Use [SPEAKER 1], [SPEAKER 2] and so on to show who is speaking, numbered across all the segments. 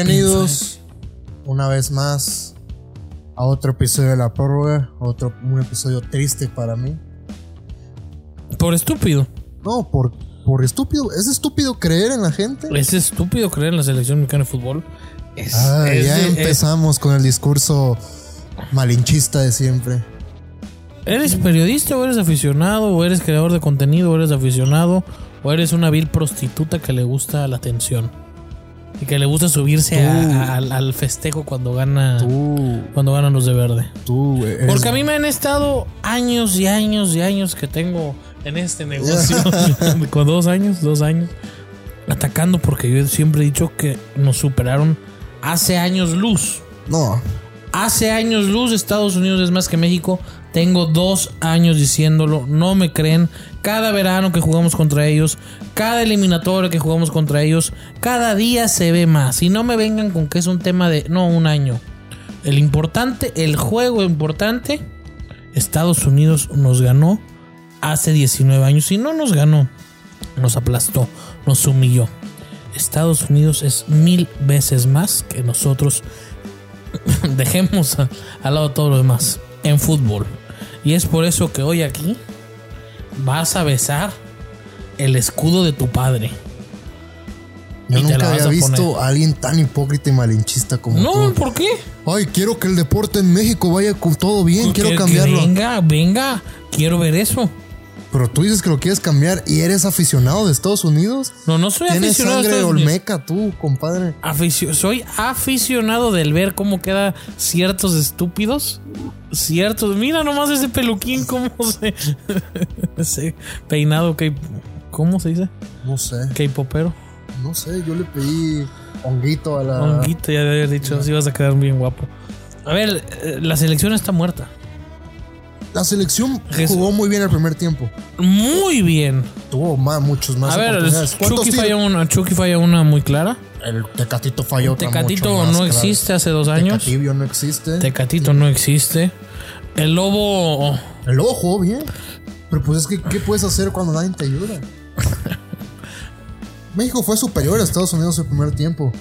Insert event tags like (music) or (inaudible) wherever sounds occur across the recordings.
[SPEAKER 1] Bienvenidos una vez más a otro episodio de La Prórroga, otro, un episodio triste para mí.
[SPEAKER 2] Por estúpido.
[SPEAKER 1] No, por, por estúpido, es estúpido creer en la gente.
[SPEAKER 2] Es estúpido creer en la selección mexicana de fútbol. Es,
[SPEAKER 1] Ah,
[SPEAKER 2] es
[SPEAKER 1] ya
[SPEAKER 2] de-
[SPEAKER 1] empezamos con el discurso malinchista de siempre.
[SPEAKER 2] eh, ¿Eres periodista o eres aficionado o eres creador de contenido o eres aficionado o eres una vil prostituta que le gusta la atención? Y que le gusta subirse a-
[SPEAKER 1] Tú.
[SPEAKER 2] a- al, al festejo cuando gana
[SPEAKER 1] Tú,
[SPEAKER 2] cuando ganan los de verde.
[SPEAKER 1] tú, eres-
[SPEAKER 2] Porque a mí me han estado años y años y años que tengo
[SPEAKER 1] (laughs)
[SPEAKER 2] en este negocio. Con dos años, dos años. Atacando porque yo siempre he dicho que nos superaron hace años luz.
[SPEAKER 1] No,
[SPEAKER 2] Hace años luz Estados Unidos es más que México. Tengo dos años diciéndolo, no me creen. Cada verano que jugamos contra ellos, cada eliminatoria que jugamos contra ellos, cada día se ve más. Y no me vengan con que es un tema de, no, un año. El importante, el juego importante, Estados Unidos nos ganó hace 19 años. Y no nos ganó, nos aplastó, nos humilló. Estados Unidos es mil veces más que nosotros (laughs) dejemos a- al lado todo lo demás en fútbol. Y es por eso que hoy aquí vas a besar el escudo de tu padre.
[SPEAKER 1] yo
[SPEAKER 2] Y te la
[SPEAKER 1] nunca
[SPEAKER 2] vas
[SPEAKER 1] había
[SPEAKER 2] a
[SPEAKER 1] visto
[SPEAKER 2] poner.
[SPEAKER 1] a alguien tan hipócrita y malinchista como
[SPEAKER 2] No,
[SPEAKER 1] tú.
[SPEAKER 2] ¿por qué?
[SPEAKER 1] Ay, quiero que el deporte en México vaya con todo bien,
[SPEAKER 2] Que-
[SPEAKER 1] quiero
[SPEAKER 2] que
[SPEAKER 1] cambiarlo.
[SPEAKER 2] venga, venga, quiero ver eso.
[SPEAKER 1] Pero tú dices que lo quieres cambiar y eres aficionado de Estados Unidos.
[SPEAKER 2] No, no soy
[SPEAKER 1] Tienes
[SPEAKER 2] aficionado a
[SPEAKER 1] sangre
[SPEAKER 2] Estados Unidos.
[SPEAKER 1] olmeca tú, compadre.
[SPEAKER 2] Aficio- soy aficionado del ver cómo queda ciertos estúpidos. Ciertos. Mira nomás ese peluquín, cómo (laughs) se. ese peinado que. ¿Cómo se dice?
[SPEAKER 1] No sé,
[SPEAKER 2] K-popero.
[SPEAKER 1] no sé, yo le pedí honguito a la...
[SPEAKER 2] Honguito, ya de haber dicho, así vas a quedar bien guapo. A ver, eh, la selección está muerta.
[SPEAKER 1] La selección
[SPEAKER 2] Jesús.
[SPEAKER 1] jugó muy bien el primer tiempo.
[SPEAKER 2] Muy bien.
[SPEAKER 1] Tuvo más, muchos más
[SPEAKER 2] A ver,
[SPEAKER 1] oportunidades. ¿Cuántos
[SPEAKER 2] Chucky
[SPEAKER 1] tiros?
[SPEAKER 2] falla una, Chucky falla una muy clara.
[SPEAKER 1] El Tecatito falló otra mucho
[SPEAKER 2] Tecatito
[SPEAKER 1] más,
[SPEAKER 2] no
[SPEAKER 1] claro.
[SPEAKER 2] existe hace dos años.
[SPEAKER 1] Tecatibio no existe.
[SPEAKER 2] Tecatito no existe. El lobo.
[SPEAKER 1] el Lobo jugó bien. Pero pues es que, ¿qué puedes hacer cuando nadie te
[SPEAKER 2] (laughs)
[SPEAKER 1] ayuda? México fue superior a Estados Unidos el primer tiempo.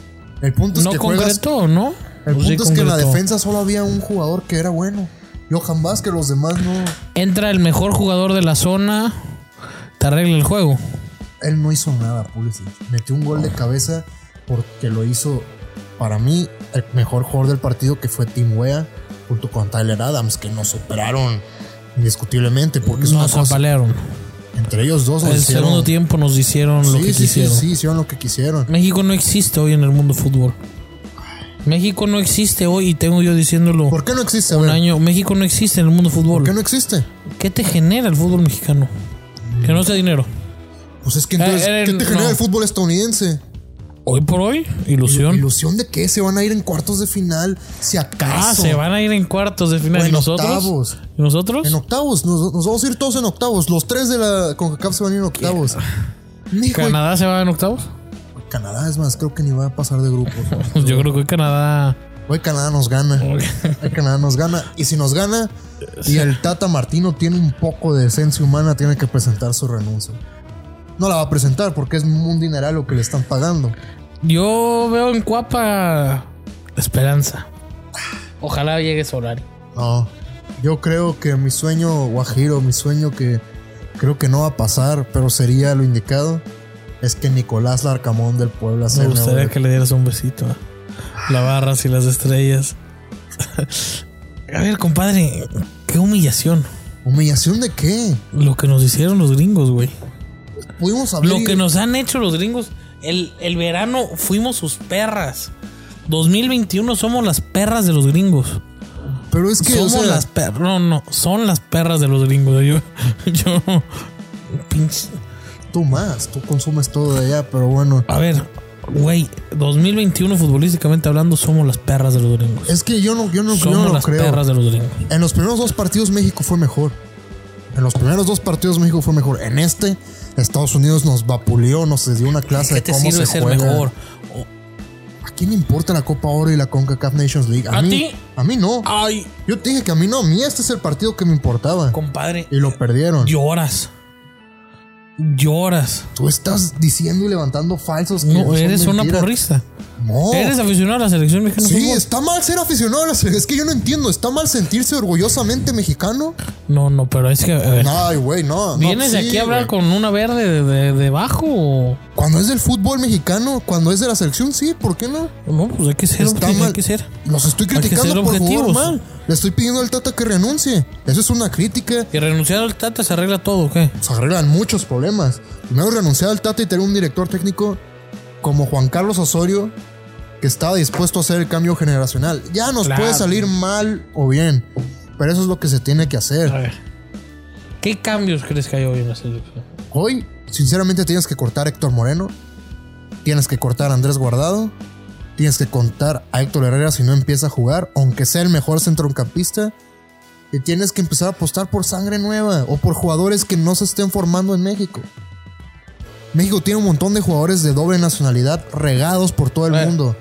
[SPEAKER 1] El punto es
[SPEAKER 2] no
[SPEAKER 1] que juegas
[SPEAKER 2] concretó, ¿no?
[SPEAKER 1] El
[SPEAKER 2] Pues
[SPEAKER 1] punto
[SPEAKER 2] sí
[SPEAKER 1] es que en la
[SPEAKER 2] concretó.
[SPEAKER 1] defensa solo había un jugador que era bueno. Johan Vázquez, los demás no.
[SPEAKER 2] Entra el mejor jugador de la zona. Te arregla el juego.
[SPEAKER 1] Él no hizo nada, Pulisic. Metió un gol de cabeza porque lo hizo, para mí, el mejor jugador del partido que fue Tim Wea, junto con Tyler Adams, que nos superaron indiscutiblemente porque es una
[SPEAKER 2] Nos
[SPEAKER 1] cosa.
[SPEAKER 2] apalearon.
[SPEAKER 1] Entre ellos dos nos
[SPEAKER 2] El
[SPEAKER 1] hicieron.
[SPEAKER 2] segundo tiempo nos hicieron
[SPEAKER 1] sí,
[SPEAKER 2] lo que
[SPEAKER 1] sí,
[SPEAKER 2] quisieron.
[SPEAKER 1] sí, sí, hicieron lo que quisieron.
[SPEAKER 2] México no existe hoy en el mundo fútbol. México no existe hoy y tengo yo diciéndolo
[SPEAKER 1] ¿Por qué no existe? A
[SPEAKER 2] un
[SPEAKER 1] ver,
[SPEAKER 2] año. México no existe en el mundo
[SPEAKER 1] ¿Por
[SPEAKER 2] fútbol.
[SPEAKER 1] qué
[SPEAKER 2] ¿Qué,
[SPEAKER 1] no Mm. existe?
[SPEAKER 2] te genera el fútbol mexicano? Que no sea dinero.
[SPEAKER 1] Pues es que entonces,
[SPEAKER 2] Eh, eh,
[SPEAKER 1] ¿qué te genera
[SPEAKER 2] no.
[SPEAKER 1] el fútbol estadounidense?
[SPEAKER 2] Hoy por hoy, ilusión.
[SPEAKER 1] Ilusión de que se van a ir en cuartos de final, si acaso.
[SPEAKER 2] ah, se van a ir en cuartos de final.
[SPEAKER 1] O Pues en
[SPEAKER 2] ¿Y nosotros?
[SPEAKER 1] octavos.
[SPEAKER 2] ¿Y nosotros?
[SPEAKER 1] En octavos, nos, nos vamos a ir todos en octavos. Los tres de la CONCACAF se van a ir en octavos. Mijo, y-
[SPEAKER 2] ¿Canadá se va en octavos?
[SPEAKER 1] Canadá, es más, creo que ni va a pasar de grupo.
[SPEAKER 2] (laughs) Pues yo creo que hoy Canadá.
[SPEAKER 1] Hoy Canadá nos gana. Hoy Canadá nos gana. Y si nos gana, y el Tata Martino tiene un poco de esencia humana, tiene que presentar su renuncia. No la va a presentar porque es un dineral lo que le están pagando.
[SPEAKER 2] Yo veo en Cuapa esperanza. Ojalá llegue ese horario.
[SPEAKER 1] No. Yo creo que mi sueño guajiro, mi sueño que creo que no va a pasar, pero sería lo indicado, es que Nicolás Larcamón del Puebla sea
[SPEAKER 2] Me
[SPEAKER 1] el nuevo
[SPEAKER 2] gustaría que le dieras un besito. a La barras y las estrellas. A ver, compadre, qué humillación.
[SPEAKER 1] ¿Humillación de qué?
[SPEAKER 2] Lo que nos hicieron los gringos, güey.
[SPEAKER 1] Pudimos hablar.
[SPEAKER 2] Lo que nos han hecho los gringos. El, el verano fuimos sus perras. 2021 somos las perras de los gringos.
[SPEAKER 1] Pero es que. o
[SPEAKER 2] Somos
[SPEAKER 1] sea,
[SPEAKER 2] las perras. No, no. Son las perras de los gringos. Yo. (laughs) Yo. pinche-
[SPEAKER 1] Tú más, tú consumes todo de allá, pero bueno.
[SPEAKER 2] A ver, güey. 2021 futbolísticamente hablando, somos las perras de los gringos.
[SPEAKER 1] Es que yo no, yo no, yo
[SPEAKER 2] Somos
[SPEAKER 1] no lo
[SPEAKER 2] las
[SPEAKER 1] creo.
[SPEAKER 2] perras de los gringos.
[SPEAKER 1] En los primeros dos partidos México fue mejor. En los primeros dos partidos México fue mejor. En este, Estados Unidos nos vapuleó, nos dio una clase
[SPEAKER 2] ¿Qué
[SPEAKER 1] de
[SPEAKER 2] te
[SPEAKER 1] cómo
[SPEAKER 2] sirve
[SPEAKER 1] se
[SPEAKER 2] ser
[SPEAKER 1] juega.
[SPEAKER 2] mejor? O-
[SPEAKER 1] ¿A quién le importa la Copa Oro y la CONCACAF Nations League?
[SPEAKER 2] ¿A
[SPEAKER 1] mí,
[SPEAKER 2] ti? Ah.
[SPEAKER 1] A mí no.
[SPEAKER 2] Ay,
[SPEAKER 1] Yo te dije que a mí no. A mí este es el partido que me importaba.
[SPEAKER 2] compadre,
[SPEAKER 1] Y lo perdieron.
[SPEAKER 2] lloras. lloras.
[SPEAKER 1] Tú estás diciendo y levantando falsos. que
[SPEAKER 2] No,
[SPEAKER 1] son
[SPEAKER 2] eres una
[SPEAKER 1] mentiras.
[SPEAKER 2] porrista.
[SPEAKER 1] No.
[SPEAKER 2] Eres aficionado a la selección mexicana. de
[SPEAKER 1] Sí,
[SPEAKER 2] fútbol?
[SPEAKER 1] está mal ser aficionado a la selección. Es que yo no entiendo. ¿Está mal sentirse orgullosamente mexicano?
[SPEAKER 2] No, no, pero es que. a ver,
[SPEAKER 1] Ay, güey, no. no,
[SPEAKER 2] ¿Vienes
[SPEAKER 1] sí,
[SPEAKER 2] aquí a hablar
[SPEAKER 1] güey.
[SPEAKER 2] con una verde de- debajo? o-
[SPEAKER 1] Cuando es del fútbol mexicano, cuando es de la selección, sí, ¿por qué no?
[SPEAKER 2] no, pues hay que ser.
[SPEAKER 1] Está
[SPEAKER 2] hay
[SPEAKER 1] mal.
[SPEAKER 2] que ser.
[SPEAKER 1] Los estoy
[SPEAKER 2] que ser
[SPEAKER 1] criticando por jugar
[SPEAKER 2] objetivos.
[SPEAKER 1] mal. Le estoy pidiendo al Tata que renuncie. Eso es una crítica.
[SPEAKER 2] Y renunciar al Tata se arregla todo, ¿o ¿qué?
[SPEAKER 1] Se arreglan muchos problemas. Primero renunciar al Tata y tener un director técnico como Juan Carlos Osorio que estaba dispuesto a hacer el cambio generacional. Ya nos
[SPEAKER 2] Claro.
[SPEAKER 1] puede salir mal o bien, pero eso es lo que se tiene que hacer.
[SPEAKER 2] A ver. ¿Qué cambios crees que hay hoy en la selección?
[SPEAKER 1] Hoy, sinceramente, tienes que cortar a Héctor Moreno. Tienes que cortar a Andrés Guardado. Tienes que contar a Héctor Herrera si no empieza a jugar, aunque sea el mejor centrocampista. Y tienes que empezar a apostar por sangre nueva o por jugadores que no se estén formando en México. México tiene un montón de jugadores de doble nacionalidad regados por todo el
[SPEAKER 2] Bueno.
[SPEAKER 1] mundo.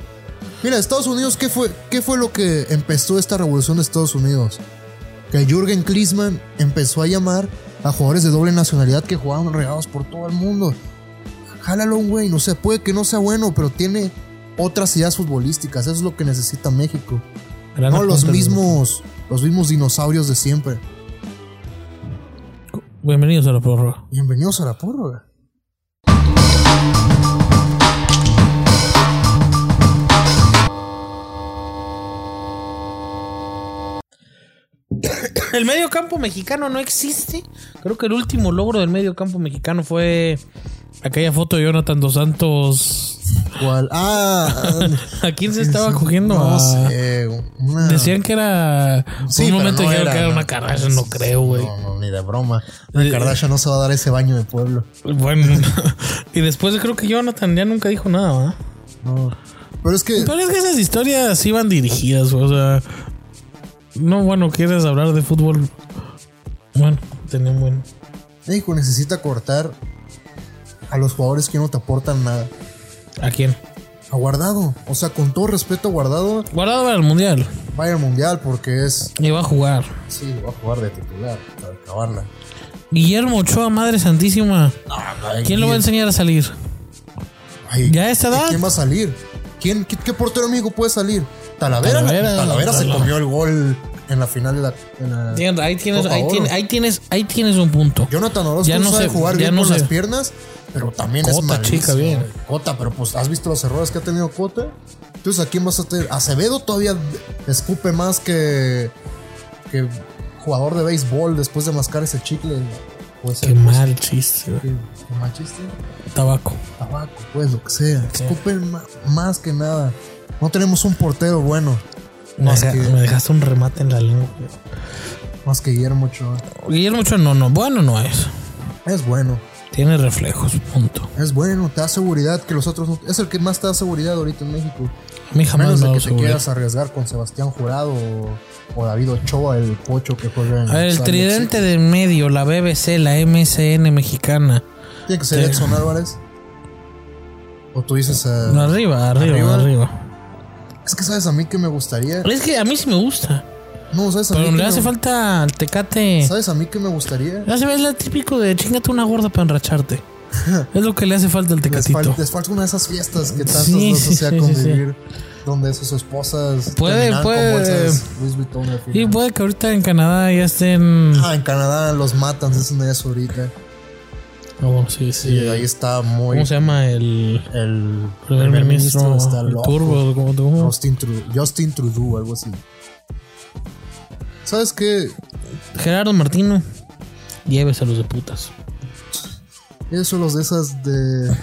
[SPEAKER 1] Mira, Estados Unidos, ¿qué fue, ¿qué fue lo que empezó esta revolución de Estados Unidos? que Jürgen Klinsmann empezó a llamar a jugadores de doble nacionalidad que jugaban regados por todo el mundo. Jálalo, güey, no sé, puede que no sea bueno, pero tiene otras ideas futbolísticas, eso es lo que necesita México.
[SPEAKER 2] Gran
[SPEAKER 1] No los
[SPEAKER 2] apunte,
[SPEAKER 1] mismos, los mismos dinosaurios de siempre.
[SPEAKER 2] Bienvenidos a la prórroga.
[SPEAKER 1] Bienvenidos a la prórroga.
[SPEAKER 2] El medio campo mexicano no existe. Creo que el último logro del medio campo mexicano fue aquella foto de Jonathan dos Santos.
[SPEAKER 1] ¿Cuál?
[SPEAKER 2] (laughs)
[SPEAKER 1] Ah,
[SPEAKER 2] ¿A quién se estaba cogiendo?
[SPEAKER 1] no
[SPEAKER 2] A-
[SPEAKER 1] sé. una-
[SPEAKER 2] Decían que era. Por
[SPEAKER 1] Sí,
[SPEAKER 2] un
[SPEAKER 1] pero
[SPEAKER 2] momento
[SPEAKER 1] no
[SPEAKER 2] dijeron
[SPEAKER 1] era,
[SPEAKER 2] que era
[SPEAKER 1] no.
[SPEAKER 2] una Kardashian, no creo, güey. Eh,
[SPEAKER 1] No, no, ni de broma. Una Kardashian no se va a dar ese baño de pueblo.
[SPEAKER 2] Bueno, (laughs) y después creo que Jonathan ya nunca dijo nada, ¿verdad?
[SPEAKER 1] No. Pero es que
[SPEAKER 2] Pero es que esas historias iban dirigidas, o sea. No, bueno, quieres hablar de fútbol. Bueno, tenemos bueno.
[SPEAKER 1] México necesita cortar a los jugadores que no te aportan nada.
[SPEAKER 2] ¿A quién?
[SPEAKER 1] A Guardado. O sea, con todo respeto, Guardado
[SPEAKER 2] Guardado para el mundial.
[SPEAKER 1] vaya al mundial porque es.
[SPEAKER 2] Y va a jugar.
[SPEAKER 1] Sí, va a jugar de titular para acabarla.
[SPEAKER 2] Guillermo Ochoa, madre santísima. ¿Quién lo va a enseñar a salir?
[SPEAKER 1] Ay,
[SPEAKER 2] ¿Ya a esta edad?
[SPEAKER 1] ¿Quién va a salir? ¿Quién, qué, qué portero México puede salir? Talavera.
[SPEAKER 2] Talavera.
[SPEAKER 1] Talavera, se
[SPEAKER 2] Talavera.
[SPEAKER 1] comió el gol en la final de la. en la-
[SPEAKER 2] Entiendo, Ahí tienes,
[SPEAKER 1] Por
[SPEAKER 2] ahí
[SPEAKER 1] favor.
[SPEAKER 2] tienes, ahí tienes, ahí tienes un punto.
[SPEAKER 1] Jonathan Orozco
[SPEAKER 2] Ya no
[SPEAKER 1] sabe
[SPEAKER 2] sé,
[SPEAKER 1] jugar
[SPEAKER 2] ya
[SPEAKER 1] bien
[SPEAKER 2] no
[SPEAKER 1] con
[SPEAKER 2] sé.
[SPEAKER 1] las piernas, pero también es
[SPEAKER 2] Cota,
[SPEAKER 1] malísimo.
[SPEAKER 2] chica, bien.
[SPEAKER 1] Cota, pero pues has visto los errores que ha tenido Cota. Entonces, ¿a quién vas a tener? Acevedo todavía escupe más que, que jugador de béisbol después de mascar ese chicle. Pues,
[SPEAKER 2] Qué mal chiste, güey.
[SPEAKER 1] Qué, qué mal chiste.
[SPEAKER 2] Tabaco.
[SPEAKER 1] Tabaco, pues, lo que sea. Escupen ma- más que nada. No tenemos un portero bueno.
[SPEAKER 2] Me,
[SPEAKER 1] Más
[SPEAKER 2] deja-
[SPEAKER 1] que,
[SPEAKER 2] me dejaste un remate en la lengua.
[SPEAKER 1] más que Guillermo Ochoa.
[SPEAKER 2] Guillermo Ochoa no, no, bueno no es.
[SPEAKER 1] Es bueno.
[SPEAKER 2] Tiene reflejos, punto.
[SPEAKER 1] Es bueno. Te da seguridad que los otros no. Es el que más te da seguridad ahorita en México.
[SPEAKER 2] A mí
[SPEAKER 1] A
[SPEAKER 2] jamás
[SPEAKER 1] menos de que
[SPEAKER 2] me ha dado
[SPEAKER 1] te
[SPEAKER 2] seguridad.
[SPEAKER 1] quieras arriesgar con Sebastián Jurado o, o David Ochoa, el pocho que juega en
[SPEAKER 2] A ver, el
[SPEAKER 1] San
[SPEAKER 2] tridente del medio, la BBC, la MSN mexicana.
[SPEAKER 1] Luis. Tiene que ser Edson Álvarez. O tú dices. eh,
[SPEAKER 2] Arriba, arriba,
[SPEAKER 1] Arriba.
[SPEAKER 2] arriba.
[SPEAKER 1] Es que sabes a mí que me gustaría.
[SPEAKER 2] Es que a mí sí me gusta.
[SPEAKER 1] No, sabes a mí.
[SPEAKER 2] Pero
[SPEAKER 1] que
[SPEAKER 2] le
[SPEAKER 1] me-
[SPEAKER 2] hace falta al tecate.
[SPEAKER 1] ¿Sabes a mí que me gustaría?
[SPEAKER 2] Le hace falta el típico de chingate una gorda para enracharte. es lo que le hace falta al
[SPEAKER 1] Les,
[SPEAKER 2] tecatito.
[SPEAKER 1] fal- les falta una de esas fiestas que tantas
[SPEAKER 2] Sí,
[SPEAKER 1] nos hacía
[SPEAKER 2] sí, sí,
[SPEAKER 1] convivir. Donde sus esposas
[SPEAKER 2] Puede,
[SPEAKER 1] terminaban
[SPEAKER 2] puede.
[SPEAKER 1] con bolsas Louis Vuitton al
[SPEAKER 2] Y
[SPEAKER 1] final.
[SPEAKER 2] puede que ahorita en Canadá ya estén.
[SPEAKER 1] Ah, en Canadá los matan, es una de eso ahorita.
[SPEAKER 2] Ah, bueno, sí, sí.
[SPEAKER 1] Y ahí está muy.
[SPEAKER 2] ¿Cómo se llama el
[SPEAKER 1] El
[SPEAKER 2] primer ministro?
[SPEAKER 1] está
[SPEAKER 2] El
[SPEAKER 1] loco.
[SPEAKER 2] turbo, ¿cómo- cómo?
[SPEAKER 1] Justin, Tru- Justin Trudeau, algo así. ¿Sabes qué?
[SPEAKER 2] Gerardo Martino. Llévese a los de putas.
[SPEAKER 1] Eso los de esas de.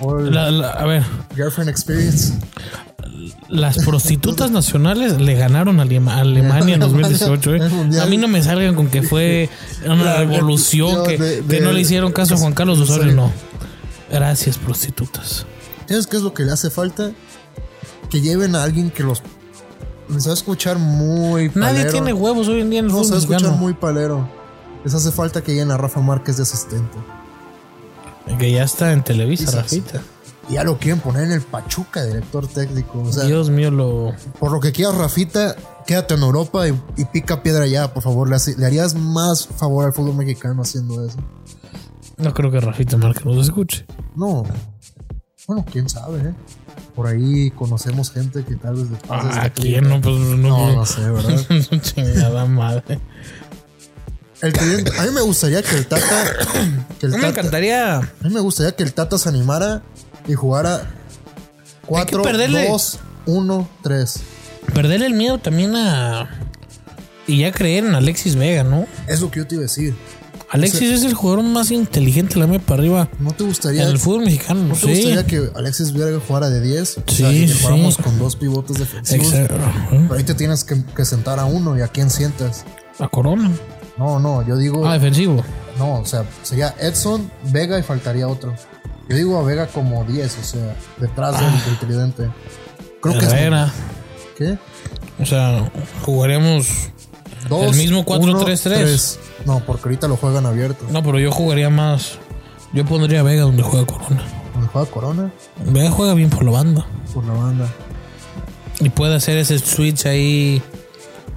[SPEAKER 1] All
[SPEAKER 2] La- la- a ver,
[SPEAKER 1] Girlfriend Experience.
[SPEAKER 2] Las prostitutas nacionales le ganaron a Alema- a Alemania en 2018.
[SPEAKER 1] El
[SPEAKER 2] ¿eh?
[SPEAKER 1] mundial.
[SPEAKER 2] A mí no me salgan con que fue una
[SPEAKER 1] La
[SPEAKER 2] revolución, que,
[SPEAKER 1] de-
[SPEAKER 2] que
[SPEAKER 1] de-
[SPEAKER 2] no le hicieron caso a Juan Carlos
[SPEAKER 1] de-
[SPEAKER 2] Osorio. No. Gracias, prostitutas.
[SPEAKER 1] ¿Sabes qué es lo que le hace falta? Que lleven a alguien que los. Les va a escuchar muy palero.
[SPEAKER 2] Nadie tiene huevos hoy en día en el
[SPEAKER 1] No, se va
[SPEAKER 2] fútbol
[SPEAKER 1] a escuchar
[SPEAKER 2] mexicano.
[SPEAKER 1] muy palero. Les hace falta que lleguen a Rafa Márquez de asistente.
[SPEAKER 2] Que ya está en Televisa,
[SPEAKER 1] Quizás.
[SPEAKER 2] Rafita.
[SPEAKER 1] Y ya lo quieren poner en el Pachuca, director técnico. O sea,
[SPEAKER 2] Dios mío, lo.
[SPEAKER 1] Por lo que quieras, Rafita, quédate en Europa y, y pica piedra ya, por favor. Le, hace- le harías más favor al fútbol mexicano haciendo eso.
[SPEAKER 2] No creo que Rafita Márquez nos escuche.
[SPEAKER 1] No. Bueno, quién sabe, ¿eh? Por ahí conocemos gente que tal vez después de
[SPEAKER 2] Ah,
[SPEAKER 1] este
[SPEAKER 2] ¿quién? No, pues no.
[SPEAKER 1] No,
[SPEAKER 2] (laughs)
[SPEAKER 1] no sé, ¿verdad?
[SPEAKER 2] Chingada madre.
[SPEAKER 1] (laughs) El cliente- a mí me gustaría que el Tata.
[SPEAKER 2] (coughs)
[SPEAKER 1] Que el
[SPEAKER 2] Me
[SPEAKER 1] tata
[SPEAKER 2] encantaría.
[SPEAKER 1] a mí me gustaría que el Tata se animara y jugara 4,
[SPEAKER 2] perderle.
[SPEAKER 1] 2, 1, 3.
[SPEAKER 2] Perder el miedo también a. Y ya creer en Alexis Vega, ¿no?
[SPEAKER 1] Es lo que yo te iba a decir.
[SPEAKER 2] Alexis es el jugador más inteligente, la mía para arriba.
[SPEAKER 1] ¿No te gustaría,
[SPEAKER 2] En el fútbol mexicano,
[SPEAKER 1] ¿no te
[SPEAKER 2] sí.
[SPEAKER 1] gustaría que Alexis Vega jugara de 10? O sea,
[SPEAKER 2] Sí,
[SPEAKER 1] que jugáramos
[SPEAKER 2] sí.
[SPEAKER 1] con dos pivotes defensivos.
[SPEAKER 2] Exacto.
[SPEAKER 1] Pero ahí te tienes que, que sentar a uno y a quién sientas.
[SPEAKER 2] A Corona.
[SPEAKER 1] No, no, yo digo.
[SPEAKER 2] Ah, defensivo.
[SPEAKER 1] No, o sea, sería Edson, Vega y faltaría otro. Yo digo a Vega como 10, o sea, detrás del, del tridente. Creo que es.
[SPEAKER 2] Herrera.
[SPEAKER 1] ¿Qué?
[SPEAKER 2] O sea, jugaríamos.
[SPEAKER 1] Dos,
[SPEAKER 2] El mismo cuatro,
[SPEAKER 1] uno,
[SPEAKER 2] tres, tres.
[SPEAKER 1] tres. No, porque ahorita lo juegan abierto.
[SPEAKER 2] No, pero yo jugaría más. Yo pondría a Vega donde juega Corona.
[SPEAKER 1] Donde juega Corona,
[SPEAKER 2] Vega juega bien por la banda.
[SPEAKER 1] por la banda.
[SPEAKER 2] Y puede hacer ese switch ahí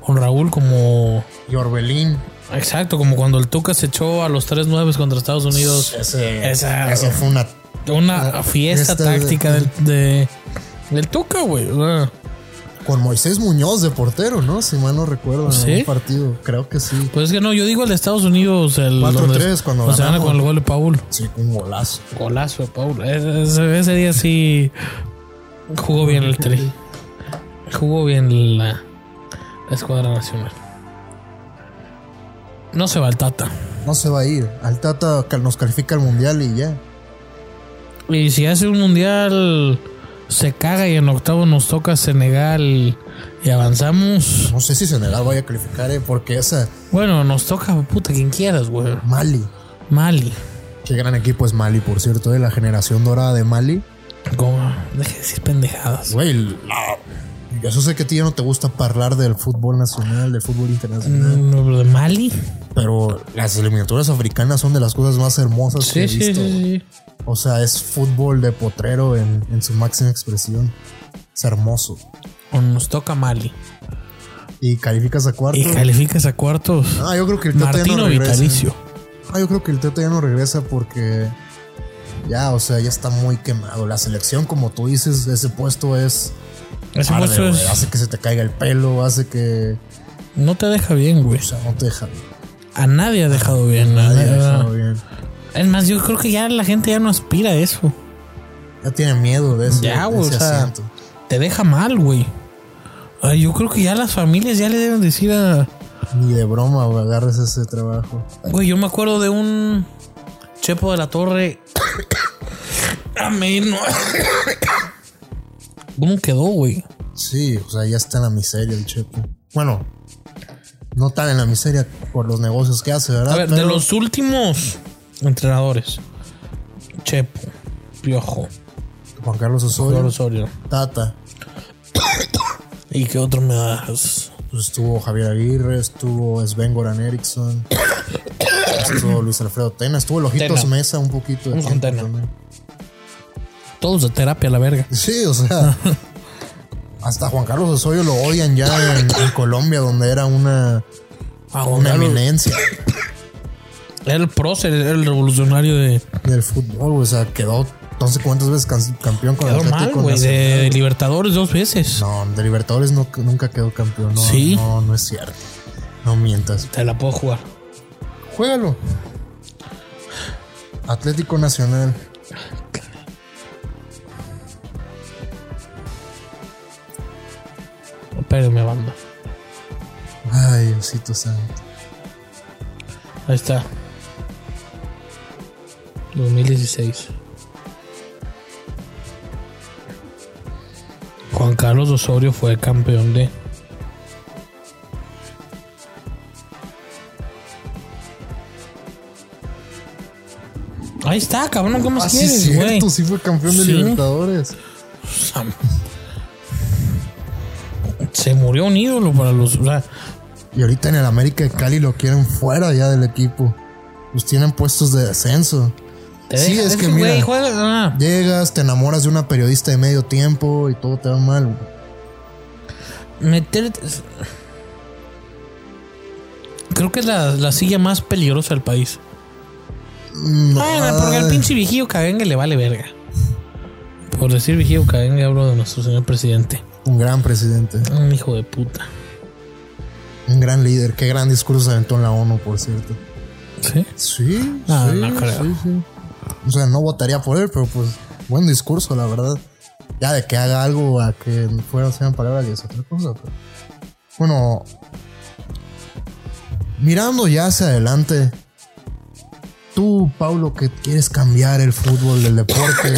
[SPEAKER 2] con Raúl como...
[SPEAKER 1] Y Orbelín.
[SPEAKER 2] Exacto, como cuando el Tuca se echó a los 3-9 contra Estados Unidos.
[SPEAKER 1] Ese,
[SPEAKER 2] Esa-
[SPEAKER 1] ese fue una.
[SPEAKER 2] Una
[SPEAKER 1] Ah,
[SPEAKER 2] fiesta
[SPEAKER 1] Esta-
[SPEAKER 2] táctica del, de- del Tuca, güey. O sea,
[SPEAKER 1] Con Moisés Muñoz de portero, ¿no? Si mal no recuerdo,
[SPEAKER 2] ¿Sí?
[SPEAKER 1] en un partido. Creo que sí.
[SPEAKER 2] Pues es que no, yo digo el de Estados Unidos. El
[SPEAKER 1] 4-3 cuando
[SPEAKER 2] se gana
[SPEAKER 1] ganamos.
[SPEAKER 2] con el gol de Paul.
[SPEAKER 1] Sí, un golazo.
[SPEAKER 2] Golazo de Paul. Ese, ese día sí jugó bien el Tri. Jugó bien la, la escuadra nacional. No se va el Tata.
[SPEAKER 1] No se va a ir. Al Tata cal- nos califica al mundial y ya.
[SPEAKER 2] Y si hace un mundial, se caga y en octavo nos toca Senegal y avanzamos.
[SPEAKER 1] No sé si Senegal vaya a calificar, ¿eh? Porque esa.
[SPEAKER 2] Bueno, nos toca, puta, quien quieras, güey.
[SPEAKER 1] Mali.
[SPEAKER 2] Mali.
[SPEAKER 1] Qué gran equipo es Mali, por cierto, de la generación dorada de Mali.
[SPEAKER 2] Como, deje de decir pendejadas.
[SPEAKER 1] Güey, la- yo sé que a ti ya no te gusta hablar del fútbol nacional, del fútbol internacional,
[SPEAKER 2] Mm, ¿Lo de Mali?
[SPEAKER 1] pero las eliminatorias africanas son de las cosas más hermosas que he
[SPEAKER 2] Sí, sí,
[SPEAKER 1] visto.
[SPEAKER 2] sí, sí.
[SPEAKER 1] O sea, es fútbol de potrero en, en su máxima expresión. Es hermoso.
[SPEAKER 2] O nos toca Mali.
[SPEAKER 1] Y calificas a cuarto.
[SPEAKER 2] Y calificas a cuartos.
[SPEAKER 1] Ah, yo creo que el Tata ya no
[SPEAKER 2] Martino
[SPEAKER 1] regresa.
[SPEAKER 2] Vitalicio.
[SPEAKER 1] Ah, yo creo que el Tata ya no regresa porque ya, o sea, ya está muy quemado. La selección, como tú dices, ese puesto es
[SPEAKER 2] Ese
[SPEAKER 1] Arde,
[SPEAKER 2] puesto es-
[SPEAKER 1] güey. Hace que se te caiga el pelo, hace que.
[SPEAKER 2] no te deja bien, güey.
[SPEAKER 1] O sea, no te deja.
[SPEAKER 2] A nadie ha dejado bien. a
[SPEAKER 1] Nadie ha
[SPEAKER 2] nadie-
[SPEAKER 1] dejado bien.
[SPEAKER 2] Es más, yo creo que ya la gente ya no aspira a eso.
[SPEAKER 1] Ya tiene miedo de ese,
[SPEAKER 2] Ya,
[SPEAKER 1] de
[SPEAKER 2] güey,
[SPEAKER 1] ese
[SPEAKER 2] o sea,
[SPEAKER 1] asiento.
[SPEAKER 2] te deja mal, güey. Ay, yo creo que ya las familias ya le deben decir a...
[SPEAKER 1] Ni de broma, güey, agarres ese trabajo.
[SPEAKER 2] Güey, yo me acuerdo de un Chepo de la Torre. (coughs) Amén. (coughs) ¿Cómo quedó, güey?
[SPEAKER 1] Sí, o sea, ya está en la miseria el checo. Bueno, no tan en la miseria por los negocios que hace, ¿verdad?
[SPEAKER 2] A ver, de
[SPEAKER 1] Ah, Pero
[SPEAKER 2] los últimos entrenadores. Chepo, Piojo,
[SPEAKER 1] Juan Carlos Osorio,
[SPEAKER 2] Flor Osorio.
[SPEAKER 1] Tata.
[SPEAKER 2] ¿Y qué otro me das?
[SPEAKER 1] Pues estuvo Javier Aguirre, estuvo Sven Goran Eriksson, (coughs) estuvo Luis Alfredo Tena, estuvo el Ojitos
[SPEAKER 2] Tena.
[SPEAKER 1] Mesa un poquito. de
[SPEAKER 2] Vamos con
[SPEAKER 1] tiempo
[SPEAKER 2] Tena.
[SPEAKER 1] también.
[SPEAKER 2] Todos de terapia, la verga.
[SPEAKER 1] Sí, o
[SPEAKER 2] (laughs)
[SPEAKER 1] sea. Hasta Juan Carlos Osorio lo odian ya en, en Colombia, donde era una, una
[SPEAKER 2] Ah, Gonzalo,
[SPEAKER 1] eminencia
[SPEAKER 2] era el prócer, era el revolucionario de...
[SPEAKER 1] del fútbol. güey. O sea, quedó no sé cuántas veces can- campeón con el
[SPEAKER 2] Quedó mal,
[SPEAKER 1] Atlético
[SPEAKER 2] güey, de,
[SPEAKER 1] Nacional.
[SPEAKER 2] de Libertadores dos veces.
[SPEAKER 1] No, de Libertadores no- nunca quedó campeón. No,
[SPEAKER 2] Sí.
[SPEAKER 1] no, no es cierto. No mientas.
[SPEAKER 2] Te la puedo jugar.
[SPEAKER 1] Juégalo. Atlético Nacional.
[SPEAKER 2] Espérenme, banda.
[SPEAKER 1] Ay, Diosito santo.
[SPEAKER 2] Ahí está. 2016. Juan Carlos Osorio fue campeón de. Ahí está, cabrón, ¿cómo
[SPEAKER 1] Ah, sí,
[SPEAKER 2] quieres, Pues güey?
[SPEAKER 1] cierto. Sí fue campeón de
[SPEAKER 2] Sí.
[SPEAKER 1] Libertadores.
[SPEAKER 2] Se murió un ídolo para los. o sea,
[SPEAKER 1] Y ahorita en el América de Cali lo quieren fuera ya del equipo. Los tienen puestos de descenso.
[SPEAKER 2] te
[SPEAKER 1] Sí,
[SPEAKER 2] deja-
[SPEAKER 1] es que
[SPEAKER 2] ese güey
[SPEAKER 1] mira.
[SPEAKER 2] juega- ah.
[SPEAKER 1] Llegas, te enamoras de una periodista de medio tiempo y todo te va mal. güey.
[SPEAKER 2] Meterte. Creo que es la, la silla más peligrosa del país.
[SPEAKER 1] No,
[SPEAKER 2] Bueno, porque al pinche Vigío Cagengue le vale verga. Por decir Vigío Cagengue hablo de nuestro señor presidente.
[SPEAKER 1] Un gran presidente,
[SPEAKER 2] Un hijo de puta.
[SPEAKER 1] un gran líder. Qué gran discurso se aventó en la ONU, por cierto.
[SPEAKER 2] ¿Sí?
[SPEAKER 1] Sí,
[SPEAKER 2] Ah, No,
[SPEAKER 1] sí,
[SPEAKER 2] no creo.
[SPEAKER 1] sí, sí. O sea, no votaría por él, pero pues buen discurso, la verdad. Ya de que haga algo a que fuera sean palabras y es otra cosa. pero- Bueno, mirando ya hacia adelante, tú, Paulo, que quieres cambiar el fútbol del
[SPEAKER 2] (coughs)
[SPEAKER 1] deporte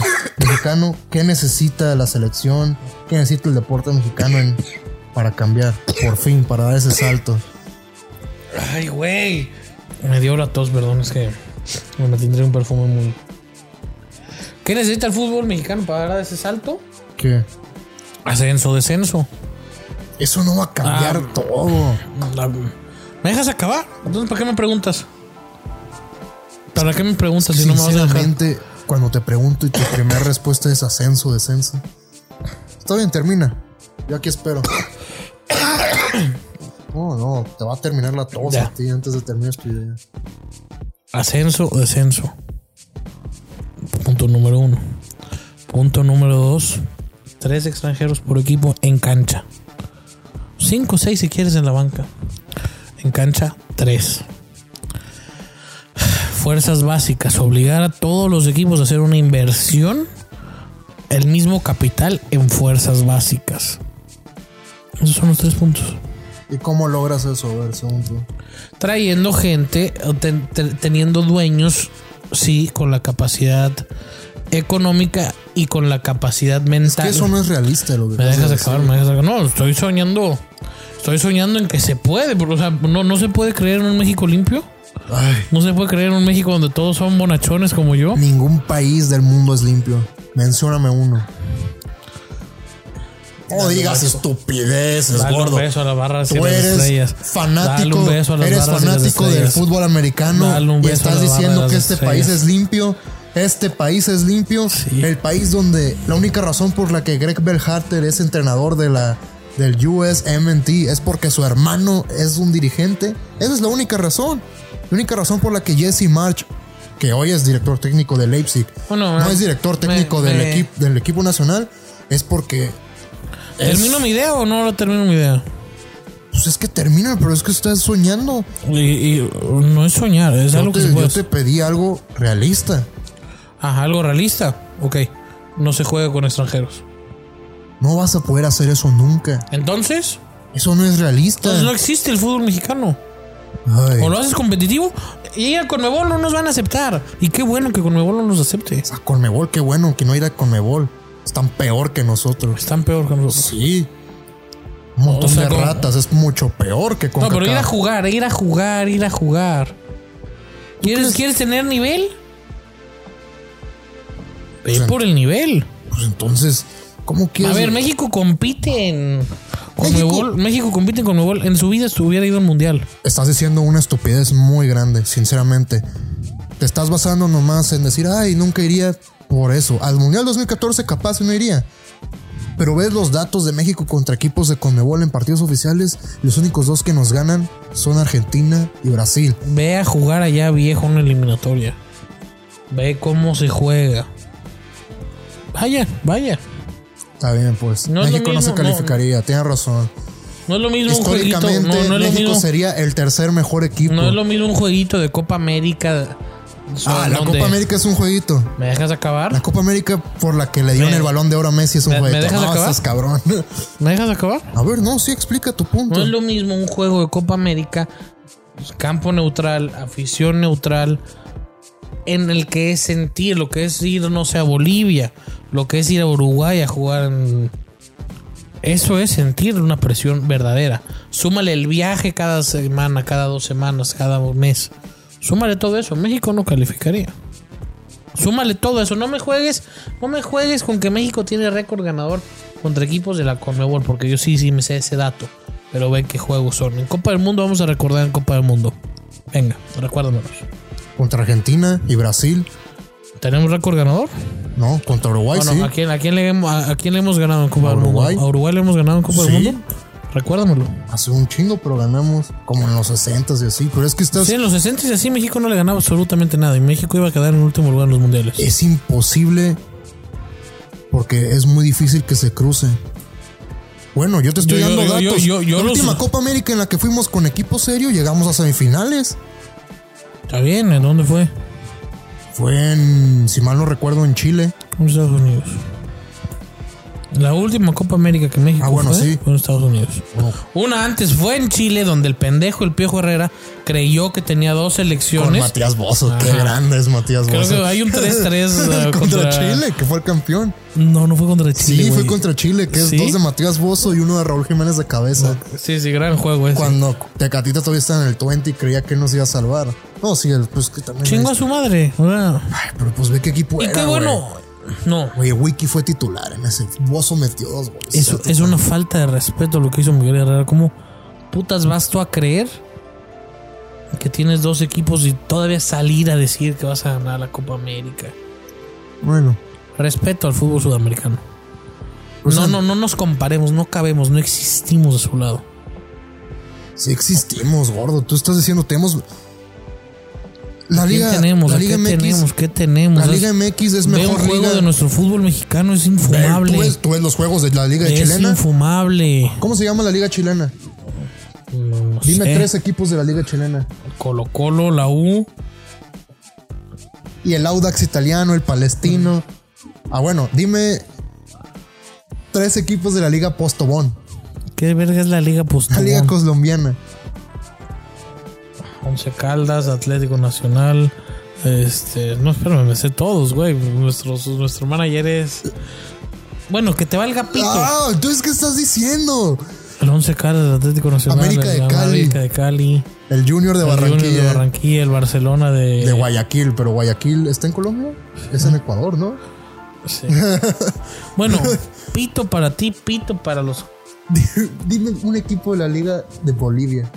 [SPEAKER 1] mexicano, ¿qué necesita la selección? ¿Qué necesita el deporte mexicano en- para cambiar? Por fin, para dar ese salto.
[SPEAKER 2] Ay, güey. Me dio la tos, perdón, es que me metí entre un perfume muy. ¿Qué necesita el fútbol mexicano para dar ese salto?
[SPEAKER 1] Que
[SPEAKER 2] Ascenso, descenso.
[SPEAKER 1] eso no va a cambiar
[SPEAKER 2] Ah,
[SPEAKER 1] todo.
[SPEAKER 2] La- ¿Me dejas acabar? Entonces, ¿para qué me preguntas? ¿Para qué me preguntas si no me vas a dejar?
[SPEAKER 1] Sinceramente, cuando te pregunto y tu
[SPEAKER 2] (coughs)
[SPEAKER 1] primera respuesta es ascenso, descenso. Está bien, termina. Yo aquí
[SPEAKER 2] (coughs)
[SPEAKER 1] espero. No, no, te va a terminar la tos
[SPEAKER 2] Ya.
[SPEAKER 1] a ti antes de terminar tu idea.
[SPEAKER 2] Ascenso o descenso. Punto número uno. Punto número dos. Tres extranjeros por equipo en cancha. Cinco o seis si quieres en la banca. En cancha, tres. Fuerzas básicas. Obligar a todos los equipos a hacer una inversión. El mismo capital en fuerzas básicas. Esos son los tres puntos
[SPEAKER 1] ¿Y cómo logras eso? A ver, según tú.
[SPEAKER 2] trayendo gente, o ten- ten- teniendo dueños, sí, con la capacidad económica y con la capacidad
[SPEAKER 1] Es
[SPEAKER 2] mental.
[SPEAKER 1] que eso no es realista lo que
[SPEAKER 2] Me
[SPEAKER 1] acabas de
[SPEAKER 2] dejas
[SPEAKER 1] decir.
[SPEAKER 2] acabar, me dejas acabar. No, estoy soñando. Estoy soñando en que se puede. porque, O sea, no, no se puede creer en un México limpio.
[SPEAKER 1] Ay,
[SPEAKER 2] No se puede creer en un México donde todos son bonachones como yo.
[SPEAKER 1] ningún país del mundo es limpio. Mencióname uno. No digas estupideces,
[SPEAKER 2] Dale
[SPEAKER 1] gordo.
[SPEAKER 2] un beso a la barra de
[SPEAKER 1] Tú
[SPEAKER 2] las
[SPEAKER 1] eres
[SPEAKER 2] estrellas. Dale
[SPEAKER 1] fanático,
[SPEAKER 2] un beso a las
[SPEAKER 1] eres
[SPEAKER 2] barras de las
[SPEAKER 1] fanático del
[SPEAKER 2] estrellas.
[SPEAKER 1] fútbol
[SPEAKER 2] Dale un
[SPEAKER 1] americano y
[SPEAKER 2] beso a
[SPEAKER 1] estás
[SPEAKER 2] la
[SPEAKER 1] diciendo
[SPEAKER 2] barra de
[SPEAKER 1] que
[SPEAKER 2] las
[SPEAKER 1] este
[SPEAKER 2] estrellas.
[SPEAKER 1] país es limpio. Este país es limpio.
[SPEAKER 2] Sí.
[SPEAKER 1] El país donde la única razón por la que Greg Berhalter es entrenador de la del USMNT es porque su hermano es un dirigente. Esa es la única razón. La única razón por la que Jesse March, que hoy es director técnico de Leipzig,
[SPEAKER 2] Bueno,
[SPEAKER 1] no
[SPEAKER 2] me-
[SPEAKER 1] es director
[SPEAKER 2] me-
[SPEAKER 1] técnico del,
[SPEAKER 2] me-
[SPEAKER 1] equipo, del equipo nacional, es porque es-
[SPEAKER 2] ¿Termino mi idea o no lo termino mi idea?
[SPEAKER 1] pues es que termina, pero es que estás soñando.
[SPEAKER 2] Y, y, no es soñar, es
[SPEAKER 1] Yo
[SPEAKER 2] algo que
[SPEAKER 1] te-
[SPEAKER 2] se
[SPEAKER 1] yo
[SPEAKER 2] puede hacer.
[SPEAKER 1] te pedí algo realista.
[SPEAKER 2] Ajá, algo realista. Ok. No se juega con extranjeros.
[SPEAKER 1] No vas a poder hacer eso nunca.
[SPEAKER 2] Entonces,
[SPEAKER 1] Eso no es realista.
[SPEAKER 2] pues no existe el fútbol mexicano.
[SPEAKER 1] Ay,
[SPEAKER 2] O lo haces competitivo y a Conmebol no nos van a aceptar. Y qué bueno que Conmebol no nos acepte.
[SPEAKER 1] a Conmebol, qué bueno que no ir a Conmebol. Están peor que nosotros.
[SPEAKER 2] Están peor que nosotros.
[SPEAKER 1] Sí. Un montón
[SPEAKER 2] O sea,
[SPEAKER 1] de
[SPEAKER 2] con-
[SPEAKER 1] ratas. Es mucho peor que con
[SPEAKER 2] No, pero ir a
[SPEAKER 1] Cacao.
[SPEAKER 2] jugar, ir a jugar, ir a jugar. ¿Quieres, ¿quieres tener nivel? Ve
[SPEAKER 1] Pues,
[SPEAKER 2] por el nivel.
[SPEAKER 1] Pues entonces, ¿cómo
[SPEAKER 2] A
[SPEAKER 1] quieres?
[SPEAKER 2] ver, México compite en Conmebol. México compite en Conmebol. En su vida estuviera ido al mundial.
[SPEAKER 1] Estás diciendo una estupidez muy grande, sinceramente. Te estás basando nomás en decir, ay, nunca iría por eso. Al Mundial 2014 capaz no iría. Pero ves los datos de México contra equipos de Conmebol en partidos oficiales. Los únicos dos que nos ganan son Argentina y Brasil.
[SPEAKER 2] Ve a jugar allá viejo una eliminatoria. Ve cómo se juega. Vaya, vaya.
[SPEAKER 1] Está bien, pues.
[SPEAKER 2] No es lo
[SPEAKER 1] México no se
[SPEAKER 2] mismo, no.
[SPEAKER 1] calificaría, tienes razón.
[SPEAKER 2] No es lo mismo un jueguito. No,
[SPEAKER 1] Históricamente,
[SPEAKER 2] no es lo
[SPEAKER 1] México
[SPEAKER 2] mismo,
[SPEAKER 1] sería el tercer mejor equipo.
[SPEAKER 2] no es lo mismo un jueguito de Copa América.
[SPEAKER 1] ah, la
[SPEAKER 2] donde-
[SPEAKER 1] Copa Ah. América es un jueguito.
[SPEAKER 2] ¿Me dejas
[SPEAKER 1] La
[SPEAKER 2] acabar?
[SPEAKER 1] Copa América por la que le dieron
[SPEAKER 2] Me-
[SPEAKER 1] el balón de oro a Messi es un
[SPEAKER 2] me- me
[SPEAKER 1] jueguito.
[SPEAKER 2] dejas
[SPEAKER 1] no,
[SPEAKER 2] acabar?
[SPEAKER 1] estás cabrón.
[SPEAKER 2] ¿Me dejas acabar?
[SPEAKER 1] A ver, no, sí, explica tu punto.
[SPEAKER 2] No es lo mismo un juego de Copa América, pues, campo neutral, afición neutral, en el que es sentir, lo que es ir, no sé, a Bolivia, lo que es ir a Uruguay a jugar en- Eso es sentir una presión verdadera. Súmale el viaje cada semana, cada dos semanas, cada mes. Súmale todo eso. México no calificaría. Súmale todo eso. No me juegues, no me juegues con que México tiene récord ganador contra equipos de la Conmebol, porque yo sí, sí me sé ese dato. Pero ven qué juegos son. En Copa del Mundo vamos a recordar en Copa del Mundo. Venga, recuérdamelos.
[SPEAKER 1] Contra Argentina y Brasil.
[SPEAKER 2] ¿Tenemos récord ganador?
[SPEAKER 1] No, contra Uruguay,
[SPEAKER 2] Bueno,
[SPEAKER 1] sí.
[SPEAKER 2] ¿a, quién, a, quién le, hemos- a, a quién le hemos ganado en Copa
[SPEAKER 1] ¿A
[SPEAKER 2] del Mundo?
[SPEAKER 1] Uruguay?
[SPEAKER 2] ¿A Uruguay le hemos ganado en Copa del
[SPEAKER 1] Sí.
[SPEAKER 2] Mundo? Recuérdamelo.
[SPEAKER 1] Hace un chingo, pero ganamos como en los 60 y así. Pero es que estás.
[SPEAKER 2] Sí, en los 60 y así México no le ganaba absolutamente nada. Y México iba a quedar en último lugar en los mundiales.
[SPEAKER 1] Es imposible porque es muy difícil que se cruce. Bueno, yo te estoy
[SPEAKER 2] Yo- yo-
[SPEAKER 1] dando
[SPEAKER 2] yo-
[SPEAKER 1] datos.
[SPEAKER 2] yo- yo- yo
[SPEAKER 1] la
[SPEAKER 2] los-
[SPEAKER 1] última Copa América en la que fuimos con equipo serio llegamos a semifinales.
[SPEAKER 2] Está bien, ¿en dónde fue?
[SPEAKER 1] Fue en, si mal no recuerdo, en Chile.
[SPEAKER 2] Con Estados Unidos. La última Copa América que México
[SPEAKER 1] Ah, bueno,
[SPEAKER 2] fue,
[SPEAKER 1] sí. Oh.
[SPEAKER 2] fue en Estados Unidos.
[SPEAKER 1] Bueno,
[SPEAKER 2] Una antes fue en Chile, donde el pendejo, el Piojo Herrera, creyó que tenía dos
[SPEAKER 1] con
[SPEAKER 2] selecciones.
[SPEAKER 1] Matías Bozo. Qué
[SPEAKER 2] Ajá.
[SPEAKER 1] grande es Matías
[SPEAKER 2] Creo
[SPEAKER 1] Bozo.
[SPEAKER 2] que hay un
[SPEAKER 1] (laughs)
[SPEAKER 2] 3-3 uh,
[SPEAKER 1] contra, Chile, que fue el campeón.
[SPEAKER 2] No, no fue contra Chile.
[SPEAKER 1] Sí, fue
[SPEAKER 2] güey.
[SPEAKER 1] contra Chile, que es
[SPEAKER 2] ¿Sí?
[SPEAKER 1] dos de Matías Bozo y uno de Raúl Jiménez de cabeza.
[SPEAKER 2] Sí, sí, gran juego ese.
[SPEAKER 1] Cuando Tecatito todavía estaba en el 20 y creía que nos iba a salvar. No, sí, el- pues que también.
[SPEAKER 2] Chingo a su madre. Ah.
[SPEAKER 1] Ay, pero pues ve qué equipo
[SPEAKER 2] Y
[SPEAKER 1] era.
[SPEAKER 2] qué bueno. No.
[SPEAKER 1] güey. Oye, Wiki fue titular en ese. Bozo metió dos goles.
[SPEAKER 2] Es, es una falta de respeto lo que hizo Miguel Herrera. ¿Cómo putas vas tú a creer que tienes dos equipos y todavía salir a decir que vas a ganar la Copa América?
[SPEAKER 1] Bueno,
[SPEAKER 2] Respeto al fútbol sudamericano.
[SPEAKER 1] Pues
[SPEAKER 2] no,
[SPEAKER 1] en-
[SPEAKER 2] no, no nos comparemos, no cabemos, no existimos de su lado.
[SPEAKER 1] sí existimos, gordo. Tú estás diciendo, tenemos. La
[SPEAKER 2] ¿Qué
[SPEAKER 1] Liga,
[SPEAKER 2] tenemos?
[SPEAKER 1] la
[SPEAKER 2] ¿A
[SPEAKER 1] Liga
[SPEAKER 2] ¿Qué
[SPEAKER 1] MX.
[SPEAKER 2] tenemos? ¿Qué tenemos?
[SPEAKER 1] La
[SPEAKER 2] Es-
[SPEAKER 1] Liga MX es
[SPEAKER 2] veo
[SPEAKER 1] mejor
[SPEAKER 2] un juego
[SPEAKER 1] liga.
[SPEAKER 2] de nuestro fútbol mexicano, es
[SPEAKER 1] Ver,
[SPEAKER 2] infumable.
[SPEAKER 1] ¿tú, ves, tú ves los juegos de la Liga
[SPEAKER 2] es
[SPEAKER 1] Chilena.
[SPEAKER 2] infumable.
[SPEAKER 1] ¿Cómo se llama la Liga Chilena?
[SPEAKER 2] No, no
[SPEAKER 1] Dime
[SPEAKER 2] sé.
[SPEAKER 1] tres equipos de la Liga Chilena.
[SPEAKER 2] Colo Colo, la U.
[SPEAKER 1] Y el Audax italiano, el palestino. Ah, bueno, dime tres equipos de la Liga Postobón,
[SPEAKER 2] ¿Qué verga es la Liga
[SPEAKER 1] la
[SPEAKER 2] Postobón?
[SPEAKER 1] Liga Colombiana.
[SPEAKER 2] Once Caldas, Atlético Nacional. Este, no, espérame, me sé todos, güey. Nuestro, nuestro manager es. Bueno, que te valga pito.
[SPEAKER 1] Ah, entonces, ¿qué estás diciendo?
[SPEAKER 2] El Once Caldas, Atlético Nacional.
[SPEAKER 1] América de
[SPEAKER 2] el
[SPEAKER 1] Cali.
[SPEAKER 2] América de Cali.
[SPEAKER 1] El Junior de
[SPEAKER 2] el Junior
[SPEAKER 1] Barranquilla.
[SPEAKER 2] de Barranquilla, el Barcelona de.
[SPEAKER 1] de Guayaquil, pero Guayaquil está en Colombia. Es en Ecuador, ¿no?
[SPEAKER 2] (laughs)
[SPEAKER 1] (laughs)
[SPEAKER 2] Sí. bueno, pito para ti, pito para los.
[SPEAKER 1] Dime un equipo de la Liga de Bolivia.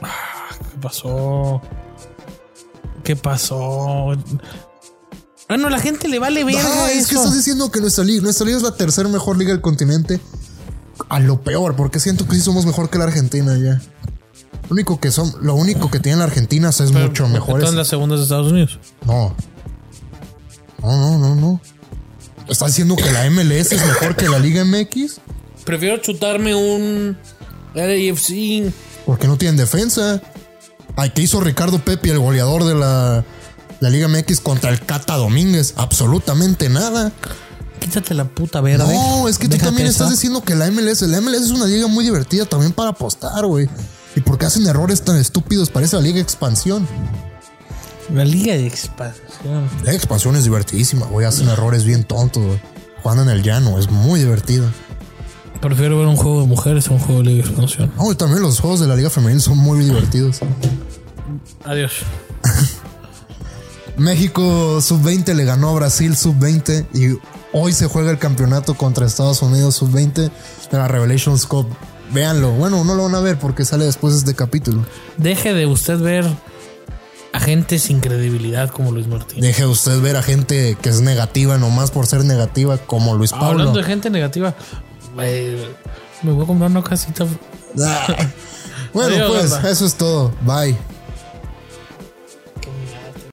[SPEAKER 2] ¿Qué pasó? ¿Qué pasó? Bueno, la gente le vale verga
[SPEAKER 1] Ah, es que
[SPEAKER 2] eso.
[SPEAKER 1] estás diciendo que nuestra liga, nuestra liga es la tercera mejor liga del continente. A lo peor, porque siento que sí somos mejor que la Argentina ya. Lo único que son, lo único que tiene la Argentina es mucho mejor.
[SPEAKER 2] Están las segundas de Estados Unidos.
[SPEAKER 1] No. No, no, no, no. ¿Estás diciendo que la MLS es mejor que la Liga MX?
[SPEAKER 2] Prefiero chutarme un LAFC.
[SPEAKER 1] Porque no tienen defensa. Ay, ¿qué hizo Ricardo Pepi, el goleador de la, la Liga MX contra el Cata Domínguez? Absolutamente nada.
[SPEAKER 2] Quítate la puta verga.
[SPEAKER 1] No, es que tú
[SPEAKER 2] Déjate
[SPEAKER 1] también
[SPEAKER 2] esa.
[SPEAKER 1] estás diciendo que la MLS, la MLS es una liga muy divertida también para apostar, güey. ¿Y por qué hacen errores tan estúpidos? Parece la liga de expansión.
[SPEAKER 2] La liga de expansión.
[SPEAKER 1] La liga de expansión es divertidísima, güey.
[SPEAKER 2] Mm.
[SPEAKER 1] Hacen errores bien tontos, güey. Jugando en el llano, es muy divertido.
[SPEAKER 2] Prefiero ver un juego de mujeres a un juego de liga de expansión.
[SPEAKER 1] No, y también los juegos de la liga femenil son muy divertidos.
[SPEAKER 2] Adiós.
[SPEAKER 1] México sub-20 le ganó a Brasil sub-20 y hoy se juega el campeonato contra Estados Unidos sub-20 de la Revelations Cup. Véanlo. Bueno, no lo van a ver porque sale después de este capítulo.
[SPEAKER 2] Deje de usted ver a gente sin credibilidad como Luis Martín.
[SPEAKER 1] Deje usted ver a gente que es negativa nomás por ser negativa, como Luis Pablo.
[SPEAKER 2] Hablando de gente negativa, eh, me voy a comprar una casita.
[SPEAKER 1] Ah. bueno,
[SPEAKER 2] Adiós,
[SPEAKER 1] pues
[SPEAKER 2] banda.
[SPEAKER 1] eso es todo. Bye.